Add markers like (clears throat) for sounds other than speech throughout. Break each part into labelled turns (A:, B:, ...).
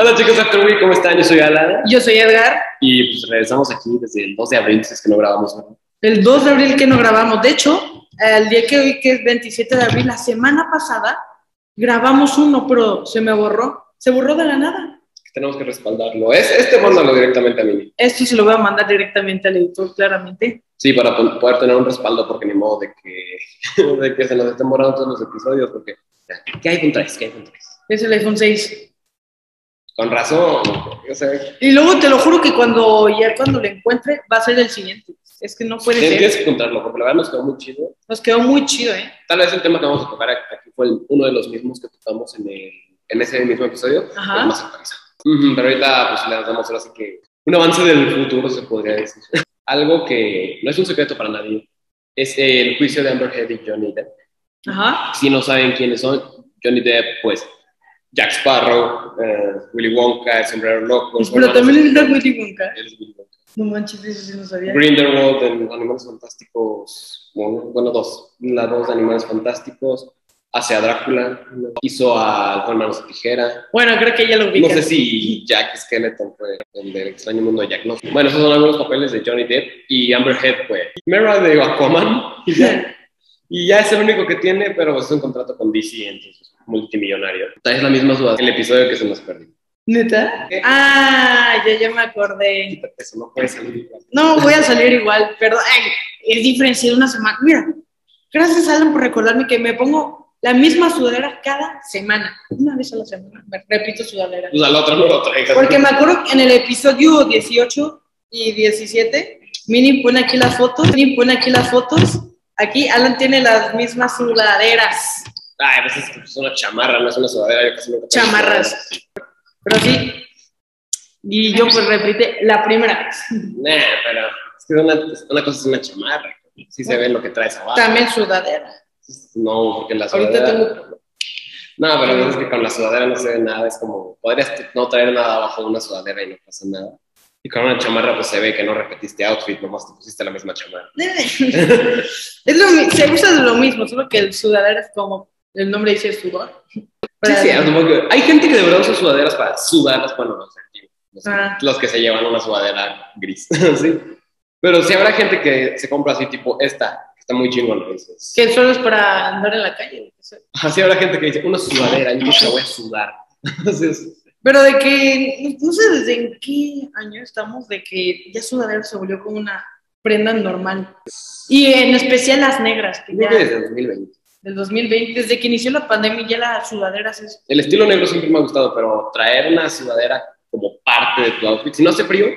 A: Hola chicos, After Week, ¿cómo están? Yo soy Alan
B: Yo soy Edgar.
A: y pues regresamos aquí desde el 2 de abril, si es que no grabamos. ¿no?
B: El 2 de abril que no grabamos. De hecho, el día que hoy, que es 27 de abril, la semana pasada, grabamos uno, pero se me borró. Se borró de la nada.
A: Tenemos que respaldarlo. Es, este mándalo directamente a mí.
B: Esto se lo voy a mandar directamente al editor, claramente.
A: Sí, para pon- poder tener un respaldo, porque ni modo de que, (laughs) de que se nos estén borrando todos los episodios, porque ya, ¿qué hay con tres? ¿Qué hay con tres?
B: Es el iPhone 6.
A: Con razón, o sea, ¿en
B: Y luego te lo juro que cuando ya cuando lo encuentre, va a ser el siguiente. Es que no puede ser.
A: tienes que encontrarlo, porque la verdad nos quedó muy chido.
B: Nos quedó muy chido, ¿eh?
A: Tal vez el tema que vamos a tocar aquí fue el- uno de los mismos que tocamos en, el, en ese mismo episodio,
B: Ajá.
A: pero más actualizado. Ujú, pero ahorita pues le damos ahora sí que un avance del futuro se podría decir. (laughs) Algo que no es un secreto para nadie es el juicio de Amber Heard y Johnny Depp.
B: Ajá.
A: Si no saben quiénes son, Johnny Depp, pues Jack Sparrow, eh, Willy Wonka, el sombrero loco.
B: Pero
A: Hermanos-
B: también es de Willy Wonka.
A: Él es Willy Wonka.
B: No manches, eso sí no sabía.
A: Grindelwald en Animales Fantásticos, bueno, bueno, dos, la dos de Animales Fantásticos, hace a Drácula, hizo a Juan Manos de Tijera,
B: Bueno, creo que ya lo
A: no
B: ubicas.
A: sé si Jack Skeleton fue el del extraño mundo de Jack, no. Bueno, esos son algunos papeles de Johnny Depp y Amber Heard fue Mera de Aquaman y ya, y ya es el único que tiene, pero es un contrato con DC, entonces multimillonario. Es la misma duda, el episodio que se nos perdió.
B: ¿Neta?
A: ¿Qué?
B: Ah, ya, ya me acordé.
A: Quítate Eso no puede salir Pues igual.
B: No, voy a salir igual, perdón. Ay, es diferencia de una semana. Mira, gracias Alan por recordarme que me pongo la misma sudadera cada semana. Una vez a la semana, me repito sudadera.
A: Pues al otro no lo traigas.
B: Porque me acuerdo que en el episodio 18 y 17, Mini pone aquí las fotos, Mini pone aquí las fotos. Aquí Alan tiene las mismas sudaderas,
A: Ay, pues es, que es una chamarra, no es una sudadera, yo casi nunca traigo
B: chamarras. Pero sí, y yo pues repite la primera vez.
A: Nah, pero es que una, una cosa es una chamarra. Sí se ve lo que traes abajo.
B: También sudadera.
A: No, porque la
B: Ahorita
A: sudadera.
B: tengo-
A: No, pero es que con la sudadera no se ve nada. Es como, podrías t- no traer nada abajo de una sudadera y no pasa nada. Y con una chamarra, pues se ve que no repetiste outfit, nomás te pusiste la misma chamarra.
B: (laughs) es lo, mi- se usa lo mismo, solo que el sudadera es como el nombre dice sudor.
A: Sí, sí, supongo que- hay gente que de verdad usa sudaderas para sudarlas, bueno, los, antiguos, los,
B: Ah.
A: los que se llevan una sudadera gris, (laughs) sí. Pero sí habrá gente que se compra así, tipo esta, que está muy chingona. dices.
B: que solo es para andar en la calle. o sea.
A: Así habrá gente que dice, una sudadera, yo te voy a sudar. (laughs) Entonces,
B: Pero de que, no sé desde en qué año estamos, de que ya sudadera se volvió como una prenda normal. Y en especial las negras, que
A: creo
B: ya
A: que desde 2020.
B: del 2020, desde que inició la pandemia ya las sudaderas es...
A: El estilo negro siempre me ha gustado, pero traer una sudadera como parte de tu outfit, si no hace frío,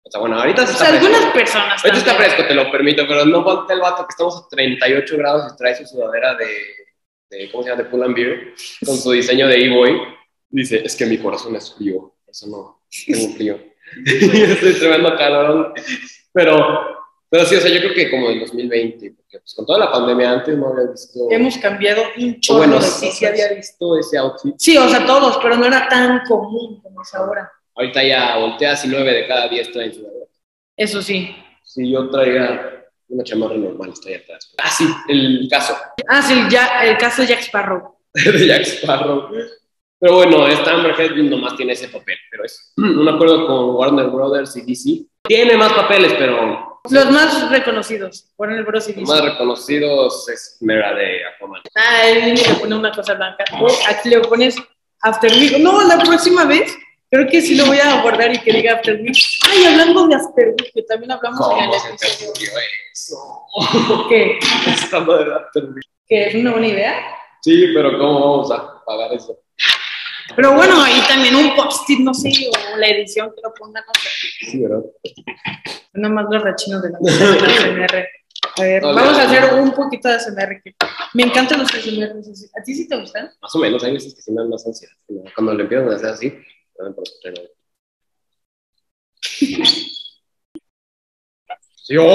A: o sea, bueno, ahorita
B: O
A: se está
B: sea,
A: fresco.
B: Pues algunas personas...
A: Ahorita está
B: también.
A: fresco, te lo permito, pero no ponte el vato que estamos a 38 grados y trae su sudadera de, de ¿cómo se llama? De Pull and Beer, con su diseño de E-Boy. Dice, es que mi corazón es frío, eso no, tengo frío. (laughs) Y estoy tremendo calorón. Pero, pero sí, o sea, yo creo que como en 2020, porque pues con toda la pandemia antes no había visto...
B: Hemos cambiado un
A: o
B: chorro
A: bueno,
B: de
A: sí, sí
B: cosas.
A: había visto ese outfit.
B: Sí, o sea, todos, pero no era tan común como es ahora.
A: Ahorita ya volteas y 9 de cada 10 traen sudadera.
B: Eso sí.
A: Si yo traiga una chamarra normal, estaría atrás. Ah, sí, el caso.
B: Ah, sí, ya, el caso de Jack Sparrow.
A: (laughs) de Jack Sparrow. Pero bueno, esta Amber Heard nomás tiene ese papel, pero es (clears throat) un acuerdo con Warner Brothers y DC. Tiene más papeles, pero
B: Los más reconocidos, ponen el Bros y
A: los
B: dice.
A: más reconocidos es Mera de Aquaman.
B: Ah, el niño le pone una cosa blanca. O Aquí le pones After Week. No, la próxima vez creo que sí lo voy a abordar y que diga After Week. Ay, hablando de After Week, que también hablamos en el
A: ¿Cómo se te
B: episodio.
A: ocurrió eso? (laughs)
B: ¿Qué?
A: Esta madre va a terminar.
B: ¿Que es una buena idea?
A: Sí, pero ¿cómo vamos a pagar eso?
B: Pero bueno, ahí también un post-it, no sé, o la edición que lo pongan, no sé.
A: Sí, ¿verdad?
B: Nada más los
A: (laughs)
B: rechinos de la de la ASMR. A ver,
A: Hola.
B: vamos a hacer un poquito de ASMR. que Me encantan los ASMR. ¿A ti sí te gustan?
A: Más o menos, hay veces que se me dan más ansiedad. ¿no? Cuando lo empiezan a hacer así, me dan por escuchar, ¿no? (laughs) Sí, ¡oh! (laughs)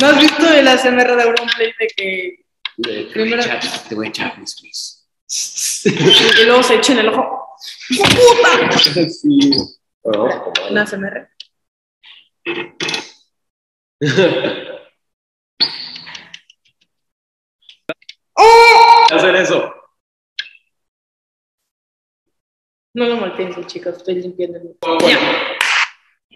B: ¿No has visto el ASMR de Auronplay de que
A: De- te voy a
B: Primero-
A: echar- te voy a echar mis mis. (laughs)
B: y luego se echa en el ojo? ¡Hijo ¡Puta!
A: Sí. Bueno, vamos a
B: Un
A: comer.
B: ASMR.
A: Hacer eso.
B: No lo malpiensen, chicos, estoy limpiando el
A: Bueno,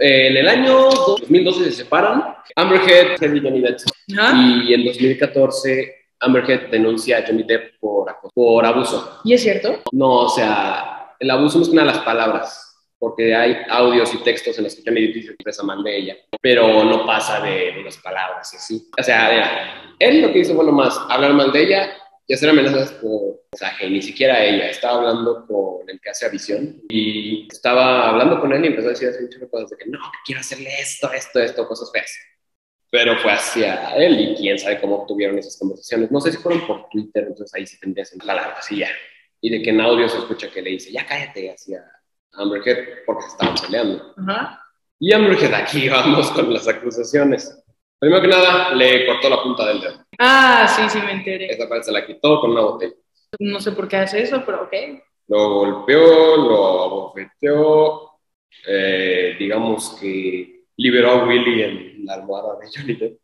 A: eh, en el año 2012 se separan. Amber Heard Heard y Johnny Depp.
B: ¿Ah?
A: Y en 2014 Amber Heard denuncia a Johnny Depp por, acoso- por abuso.
B: ¿Y es cierto?
A: No, o sea, el abuso no es una de las palabras, porque hay audios y textos en los que Johnny Depp dice que expresa mal de ella, pero no pasa de unas palabras y así. O sea, mira, él lo que hizo fue nomás hablar mal de ella y hacer amenazas por mensaje, ni siquiera ella. Estaba hablando con el que hace visión y estaba hablando con él y empezó a decir así un chorro de cosas de que no, que quiero hacerle esto, esto, esto, cosas feas. Pero fue hacia él y quién sabe cómo obtuvieron esas conversaciones. No sé si fueron por Twitter, entonces ahí sí tendrías en palabras y ya. Y de que en audio se escucha que le dice, ya cállate hacia Amber Heard porque se estaban peleando.
B: Ajá.
A: Y Amber Heard, aquí (laughs) vamos con las acusaciones. Primero que nada, le cortó la punta del dedo.
B: Ah, sí, sí, me enteré.
A: Esa parte se la quitó con una botella.
B: No sé por qué hace eso, pero ok.
A: lo golpeó, lo abofeteó, eh, digamos que liberó a Willy en la almohada de Johnny Depp,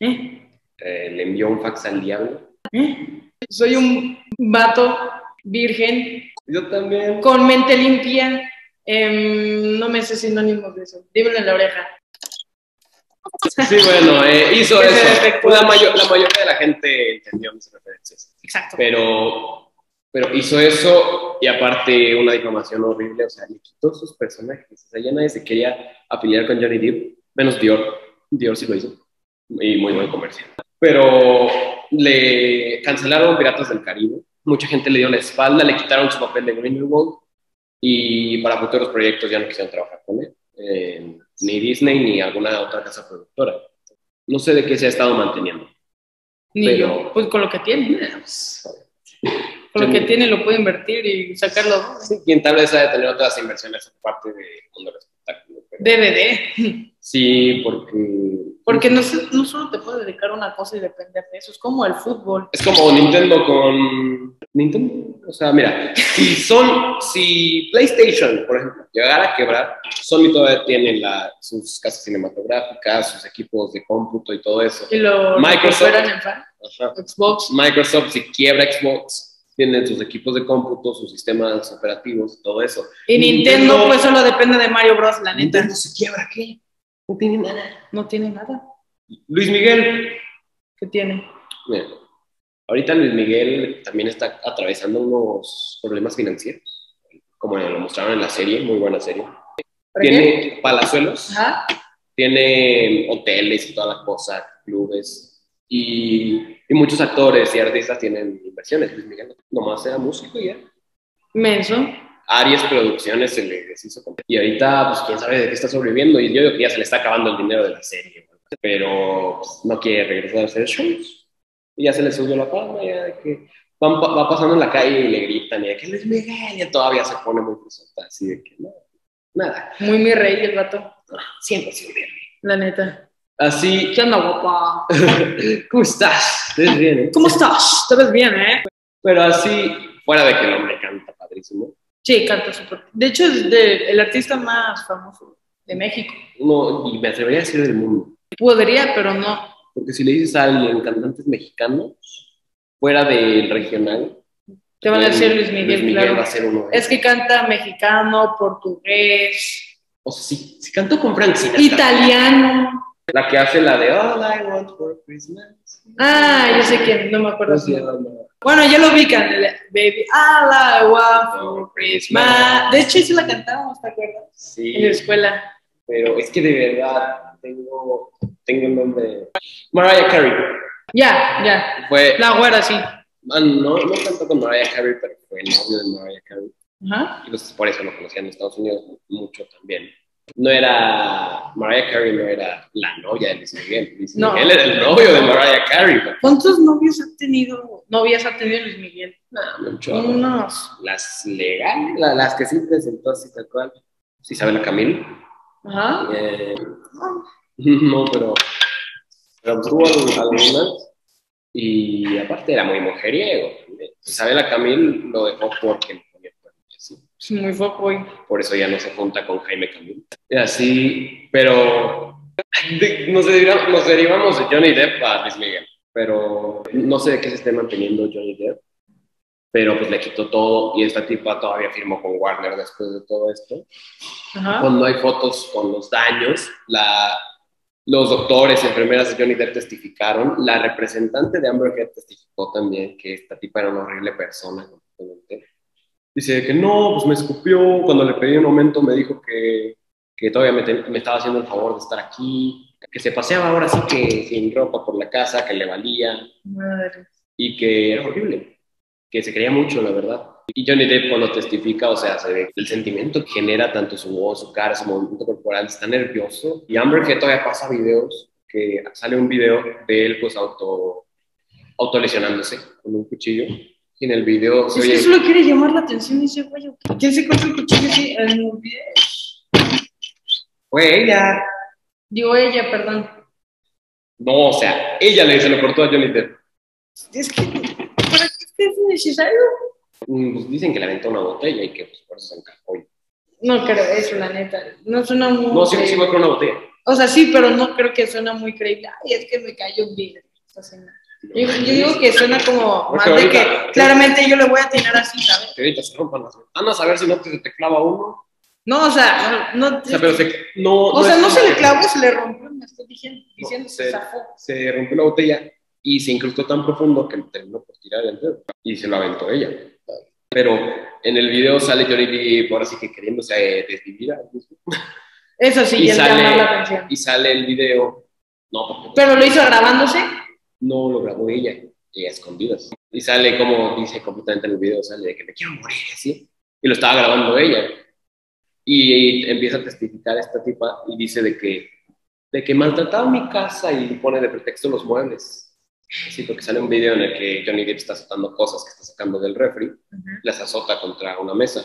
B: ¿Eh?
A: eh, le envió un fax al diablo.
B: ¿Eh? Soy un vato virgen
A: Yo también.
B: con mente limpia. Em, no me sé sinónimos de eso. Dímelo en la oreja.
A: Sí, bueno, eh, hizo
B: Que se
A: eso.
B: defectó.
A: La, mayo- la mayoría de la gente entendió mis referencias.
B: Exacto.
A: Pero, pero hizo eso y aparte una difamación horrible, o sea, le quitó sus personajes. O sea, ya nadie se quería afiliar con Johnny Depp, menos Dior. Dior sí lo hizo. Y muy buen comercial. Pero le cancelaron Piratas del Caribe. Mucha gente le dio la espalda, le quitaron su papel de Grindelwald y para futuros proyectos ya no quisieron trabajar con él. eh, ni Disney ni alguna otra casa productora. No sé de qué se ha estado manteniendo.
B: Ni
A: pero-
B: yo. Pues con lo
A: (laughs)
B: que tiene. ¿no? Con lo que tiene lo puede invertir y sacarlo.
A: Sí, quien tal vez ha de tener otras inversiones aparte de cuando el espectáculo. pero-
B: DVD.
A: Sí, porque.
B: Porque no, se- no solo te puedes dedicar a una cosa y depender de eso. Es como el fútbol.
A: Es como Nintendo con. Nintendo. O sea, mira, (laughs) si son. Si PlayStation, por ejemplo, llegara a quebrar, Sony todavía tiene la- sus casas cinematográficas, sus equipos de cómputo y todo eso.
B: Y lo
A: Microsoft.
B: recuperan en fa-
A: Ajá.
B: Xbox.
A: Microsoft, si quiebra Xbox, tiene sus equipos de cómputo, sus sistemas operativos, todo eso.
B: Y Nintendo,
A: Nintendo-
B: pues solo depende de Mario Bros, la neta.
A: Nintendo se quiebra, ¿qué? No tiene nada.
B: No tiene nada.
A: Luis Miguel,
B: ¿Qué tiene?
A: Mira, ahorita Luis Miguel también está atravesando unos problemas financieros, como lo mostraron en la serie, muy buena serie.
B: ¿Para qué?
A: Tiene palazuelos,
B: Ajá.
A: tiene hoteles y toda la cosa, clubes, y, y muchos actores y artistas tienen inversiones. Luis Miguel nomás era músico y ya.
B: Menso.
A: Aries Producciones se le deshizo completo. Y ahorita, pues quién sabe de qué está sobreviviendo. Y yo digo que ya se le está acabando el dinero de la serie. ¿no? Pero pues, no quiere regresar a hacer shows. Y ya se le subió la palma, ya de que van pa- va pasando en la calle y le gritan, y de que Luis Miguel, y todavía se pone muy frustrada, así de que no, nada,
B: Muy mi rey el vato.
A: siempre se olvida.
B: La neta.
A: Así,
B: ¿Qué onda, guapa?
A: ¿cómo estás? ¿Estás bien, eh?
B: ¿Cómo estás? ¿Te ves bien, eh?
A: Pero así, fuera de que el hombre canta padrísimo,
B: Sí, canta súper. De hecho, es de- el artista más famoso de México.
A: no, y me atrevería a decir del mundo.
B: Podría, pero no.
A: Porque si le dices a alguien cantantes mexicanos, fuera del regional,
B: Te van a
A: el-
B: decir Luis Miguel, claro.
A: va a ser uno. de
B: Es que canta mexicano, portugués,
A: O sea, si, si cantó con Frank Sinatra,
B: italiano.
A: la que hace la de All I Want for Christmas.
B: Ah, yo sé quién, no me acuerdo.
A: No
B: su
A: se
B: nombre.
A: llama.
B: Bueno, ya lo ubican, el Baby All I Want for Christmas. De hecho, sí la cantábamos, ¿te acuerdas? En la
A: Sí,
B: escuela.
A: pero es que de verdad tengo, tengo el nombre. de- Mariah Carey.
B: Ya, ya.
A: Fue,
B: La güera, sí.
A: ah, no, no cantó con Mariah Carey, pero fue el novio de Mariah Carey.
B: Ajá.
A: Y pues por eso lo conocían en Estados Unidos mucho también. No era Mariah Carey, no era la novia de Luis Miguel. Luis
B: No.
A: Miguel era el novio de Mariah Carey. pero-
B: ¿Cuántos novios ha tenido, novias ha tenido Luis Miguel?
A: No, mucho.
B: Unos.
A: Las legales, la- las que sí presentó así tal cual. Sí, Isabela Camil.
B: Ajá.
A: Eh, (laughs) no, pero, pero tuvo al- algunas. Y aparte era muy mujeriego. también. Isabela Camil lo dejó porque le ponía cuernos, así.
B: Es muy fuckboy.
A: por eso ya no se junta con Jaime Camil. Y Así, pero de- nos, derivamos, nos derivamos de Johnny Depp a Luis Miguel, pero no sé de qué se esté manteniendo Johnny Depp, pero pues le quitó todo y esta tipa todavía firmó con Warner después de todo esto.
B: Ajá.
A: Cuando hay fotos con los daños, la, los doctores y enfermeras de Johnny Depp testificaron, la representante de Amber Heard testificó también que esta tipa era una horrible persona. completamente. Dice que no, pues me escupió, cuando le pedí un aumento me dijo que, que todavía me, te- me estaba haciendo el favor de estar aquí, que se paseaba ahora sí que sin ropa por la casa, que le valía,
B: Madre.
A: y que era horrible, que se creía mucho, la verdad. Y Johnny Depp cuando testifica, o sea, se ve el sentimiento que genera tanto su voz, su cara, su movimiento corporal, está nervioso. Y Amber Heard todavía pasa videos, que sale un video de él pues auto, autolesionándose con un cuchillo. Y en el video se
B: Es que
A: oye...
B: solo quiere llamar la atención ese güey. ¿o qué? ¿Quién se corta el cuchillo así? Eh, no, bien.
A: Fue ella.
B: Digo ella, perdón.
A: No, o sea, ella le se lo cortó a Johnny Depp.
B: Es que, ¿para qué es que es necesario?
A: Mm, Pues dicen que le aventó una botella y que pues, por eso se encajó.
B: No creo eso, la neta. No suena muy...
A: No, sí, sí fue con una botella.
B: O sea, sí, pero no creo que suena muy creíble. Ay, es que me cayó un vidrio. O sea, no. yo, yo digo que suena como
A: Porque
B: más de
A: ahorita-
B: que claramente yo le voy a atinar así, ¿sabes?
A: Que ahorita se rompan las ventanas a ver si no te, te clava uno.
B: No, o sea, no... no-
A: O sea, pero se, no,
B: o sea,
A: es
B: no
A: como
B: se le
A: que
B: clavó, se le rompió, me estoy diciendo, diciendo se
A: se-
B: zafó.
A: Se rompió la botella y se incrustó tan profundo que terminó por tirar el dedo y se lo aventó ella. Pero en el video sale Johnny Depp ahora sí que queriéndose eh, desvivir a él mismo.
B: Eso sí,
A: Y
B: ya
A: sale-
B: llama la atención.
A: y sale el video. No, porque
B: Pero lo hizo grabándose.
A: no lo grabó ella, ella a escondidas. Y sale como dice completamente en el video, sale de que me quiero morir así. Y lo estaba grabando ella. Y, empieza a testificar esta tipa y dice de que, de que maltrataba mi casa y pone de pretexto los muebles. Sí, porque sale un video en el que Johnny Depp está azotando cosas que está sacando del refri, las azota contra una mesa.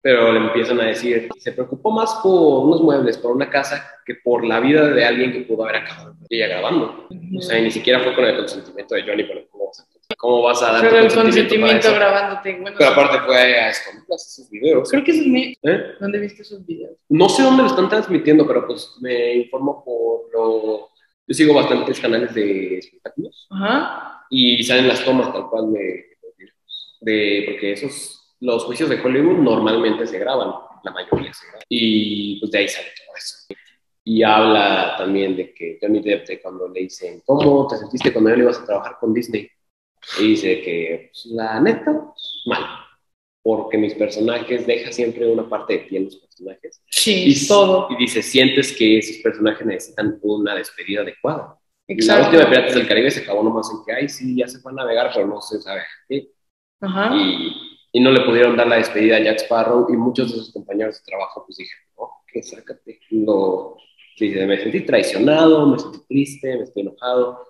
A: Pero le empiezan a decir, se preocupó más por unos muebles, por una casa, que por la vida de alguien que pudo haber acabado. Y ella grabando. O sea, y ni siquiera fue con el consentimiento de Johnny, pero ¿cómo vas a, cómo vas a dar tu
B: Pero el
A: para
B: consentimiento
A: eso?
B: grabándote, bueno.
A: Pero aparte pues, fue a escondidas esos videos.
B: Creo que eso es mi...
A: ¿eh?
B: ¿Dónde viste esos videos?
A: No sé dónde lo están transmitiendo, pero pues me informo por lo... Yo sigo bastantes canales de espectáculos
B: Ajá.
A: y salen las tomas tal cual de... de porque esos, los juicios de Hollywood normalmente se graban, la mayoría se graban. Y pues de ahí sale todo eso. Y habla también de que Johnny Depp, de cuando le dicen, ¿cómo te sentiste cuando ya no ibas a trabajar con Disney? Y dice que, pues, la neta, mal. Porque mis personajes, deja siempre una parte de ti en los personajes.
B: Sí.
A: Y todo. Y dice, sientes que esos personajes necesitan una despedida adecuada. Y La
B: Exacto.
A: última de Piratas del Caribe se acabó nomás en que, ay, sí, ya se fue a navegar, pero no se sabe a qué.
B: Ajá.
A: Y, y no le pudieron dar la despedida a Jack Sparrow y muchos de sus compañeros de trabajo pues dijeron, no, que sácate. No, dice, me sentí traicionado, me sentí triste, me estoy enojado,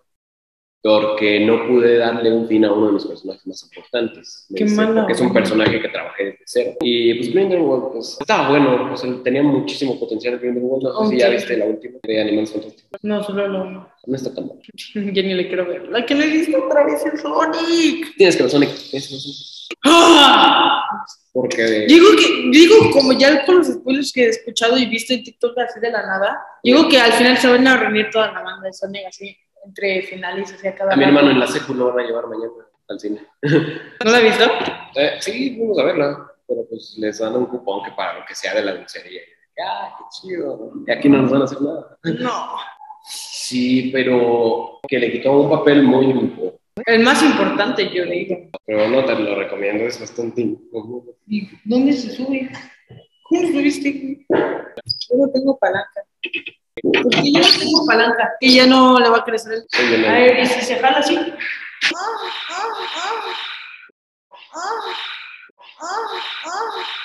A: porque no pude darle un fin a uno de mis personajes más importantes. Me
B: Qué mala
A: porque es un
B: onda.
A: personaje que trabajé desde cero. Y pues Grindelwald, pues estaba bueno, o sea, tenía muchísimo potencial Grindelwald, no sé si ya
B: Ok.
A: viste la última de Animales Fantásticos.
B: No, solo lo uno.
A: No está tan mal.
B: (laughs) Ya ni le quiero ver. La que le diste otra vez el Sonic.
A: Tienes que ver Sonic, tienes que ver Sonic,
B: ¡Ah!
A: porque...
B: Digo que, digo, como ya con los spoilers que he escuchado y visto en TikTok así de la nada, digo que al final se van a reunir toda la banda de Sonic así, entre finales, así a cada
A: A mi
B: rato.
A: hermano en la secu lo van a llevar mañana al cine.
B: ¿No la
A: (laughs)
B: has visto?
A: Eh, sí, vamos a verla, pero pues les dan un cupón que para lo que sea de la dulcería. ¡Ah, qué chido! Y aquí no nos van a hacer nada.
B: No.
A: Sí, pero que le quitó un papel muy importante.
B: El más importante, yo digo.
A: Pero no te lo recomiendo, es bastante incómodo.
B: ¿Y dónde se sube? ¿Cómo subiste? güey? Yo no tengo palanca. ¿Por qué yo no tengo palanca? Que ya no le va a crecer el
A: Soy de
B: A
A: la-
B: ver, y si se jala así.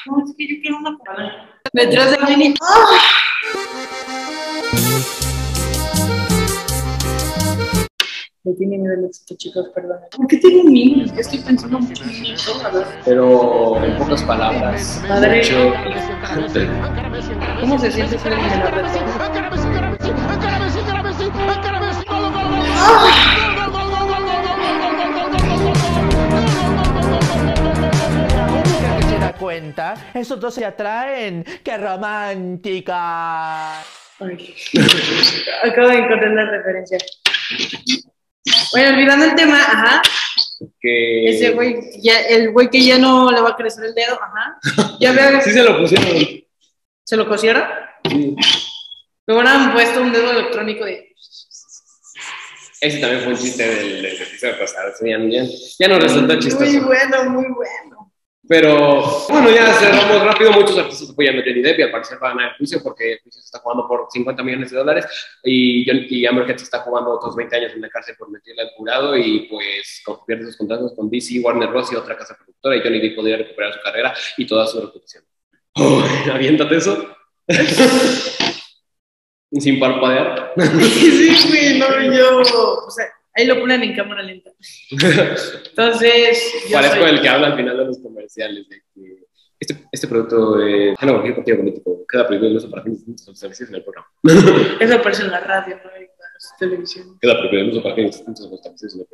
B: No, es que yo quiero una palanca. Detrás de Jenny. Me tiene miedo el éxito, chicos, perdón. ¿Por qué tiene un niño? Es que estoy pensando mucho en mí sola, ¿verdad?
A: Pero en pocas palabras,
B: Madre.
A: mucho hotel.
B: ¿Cómo se siente ser el menor de todos?
C: que se da cuenta, esos dos se atraen. ¡Qué romántica!
B: (laughs) Ay. Acabo de encontrar la referencia. Bueno, olvidando el tema, ajá.
A: Que...
B: Ese güey, ya, el güey que ya no le va a crecer el dedo, ajá. Ya veo,
A: (laughs) Sí se lo pusieron. Sí.
B: ¿se lo cosieron? Me hubieran puesto un dedo electrónico de.
A: Ese también fue un chiste del, del ejercicio de pasar. eso ya, ya, ya no resulta
B: Muy
A: chistoso.
B: bueno, muy bueno. (laughs)
A: Pero bueno, ya cerramos rápido. Muchos artistas apoyan a Johnny Depp y al parecer van a el juicio porque el juicio se está jugando por 50 millones de dólares y, John- y Amber Heard se está jugando otros 20 años en la cárcel por meterle al jurado y pues con- pierde sus contratos con DC, Warner Bros. y otra casa productora y Johnny Depp podría recuperar su carrera y toda su reputación. Uy, aviéntate eso. (laughs) Sin parpadear.
B: sí, güey, no, yo. O sea, ahí lo ponen en
A: (laughs)
B: cámara lenta. Entonces. yo
A: Parezco
B: soy-
A: el que habla al final de los comerciales. de que este, este producto de ah, no, cualquier partido político queda prohibido el uso para fines distintos a los servicios en el programa.
B: Eso aparece en la radio, no en la televisión.
A: Queda prohibido el uso para fines distintos a los servicios en el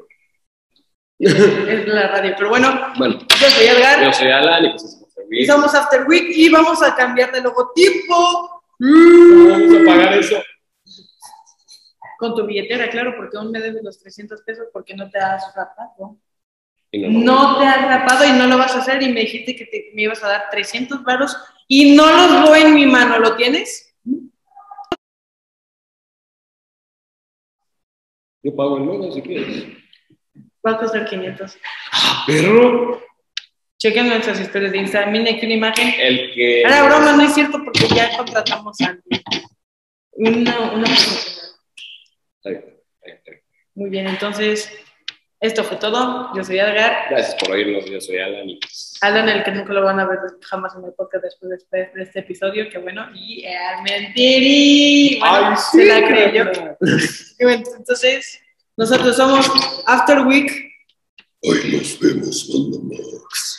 A: programa.
B: Es la radio. Pero bueno,
A: Bueno,
B: yo soy Edgar.
A: yo soy Alan y pues es un
B: Ah. Y
A: servicio.
B: somos After Week y vamos a cambiar de logotipo.
A: Vamos a pagar eso.
B: Con tu billetera, claro, porque aún me debes los 300 pesos porque no te has rapado.
A: Y no,
B: No te has rapado y no lo vas a hacer y me dijiste que te- me ibas a dar 300 varos y no los voy en mi mano, ¿lo tienes?
A: Yo pago el nuevo si quieres.
B: Va a costar 500.
A: Perro.
B: Chequen nuestras historias de Instagram, miren aquí una imagen.
A: El que.
B: Era broma, no Eh, es cierto porque ya contratamos a alguien. Una, una profesional.
A: Está bien, está bien, está bien.
B: Muy bien, entonces, esto fue todo. Yo soy Edgar.
A: Gracias por oírnos. Yo soy Alan y pues,
B: Alan, el que nunca lo van a ver jamás en el podcast después de este, de este episodio, que bueno, y eh, mentiri, bueno,
A: Ay,
B: se
A: sí,
B: la creyó.
A: Alan.
B: Y (laughs) bueno, Entonces, nosotros somos After Week.
D: Hoy nos vemos, Wanda Max.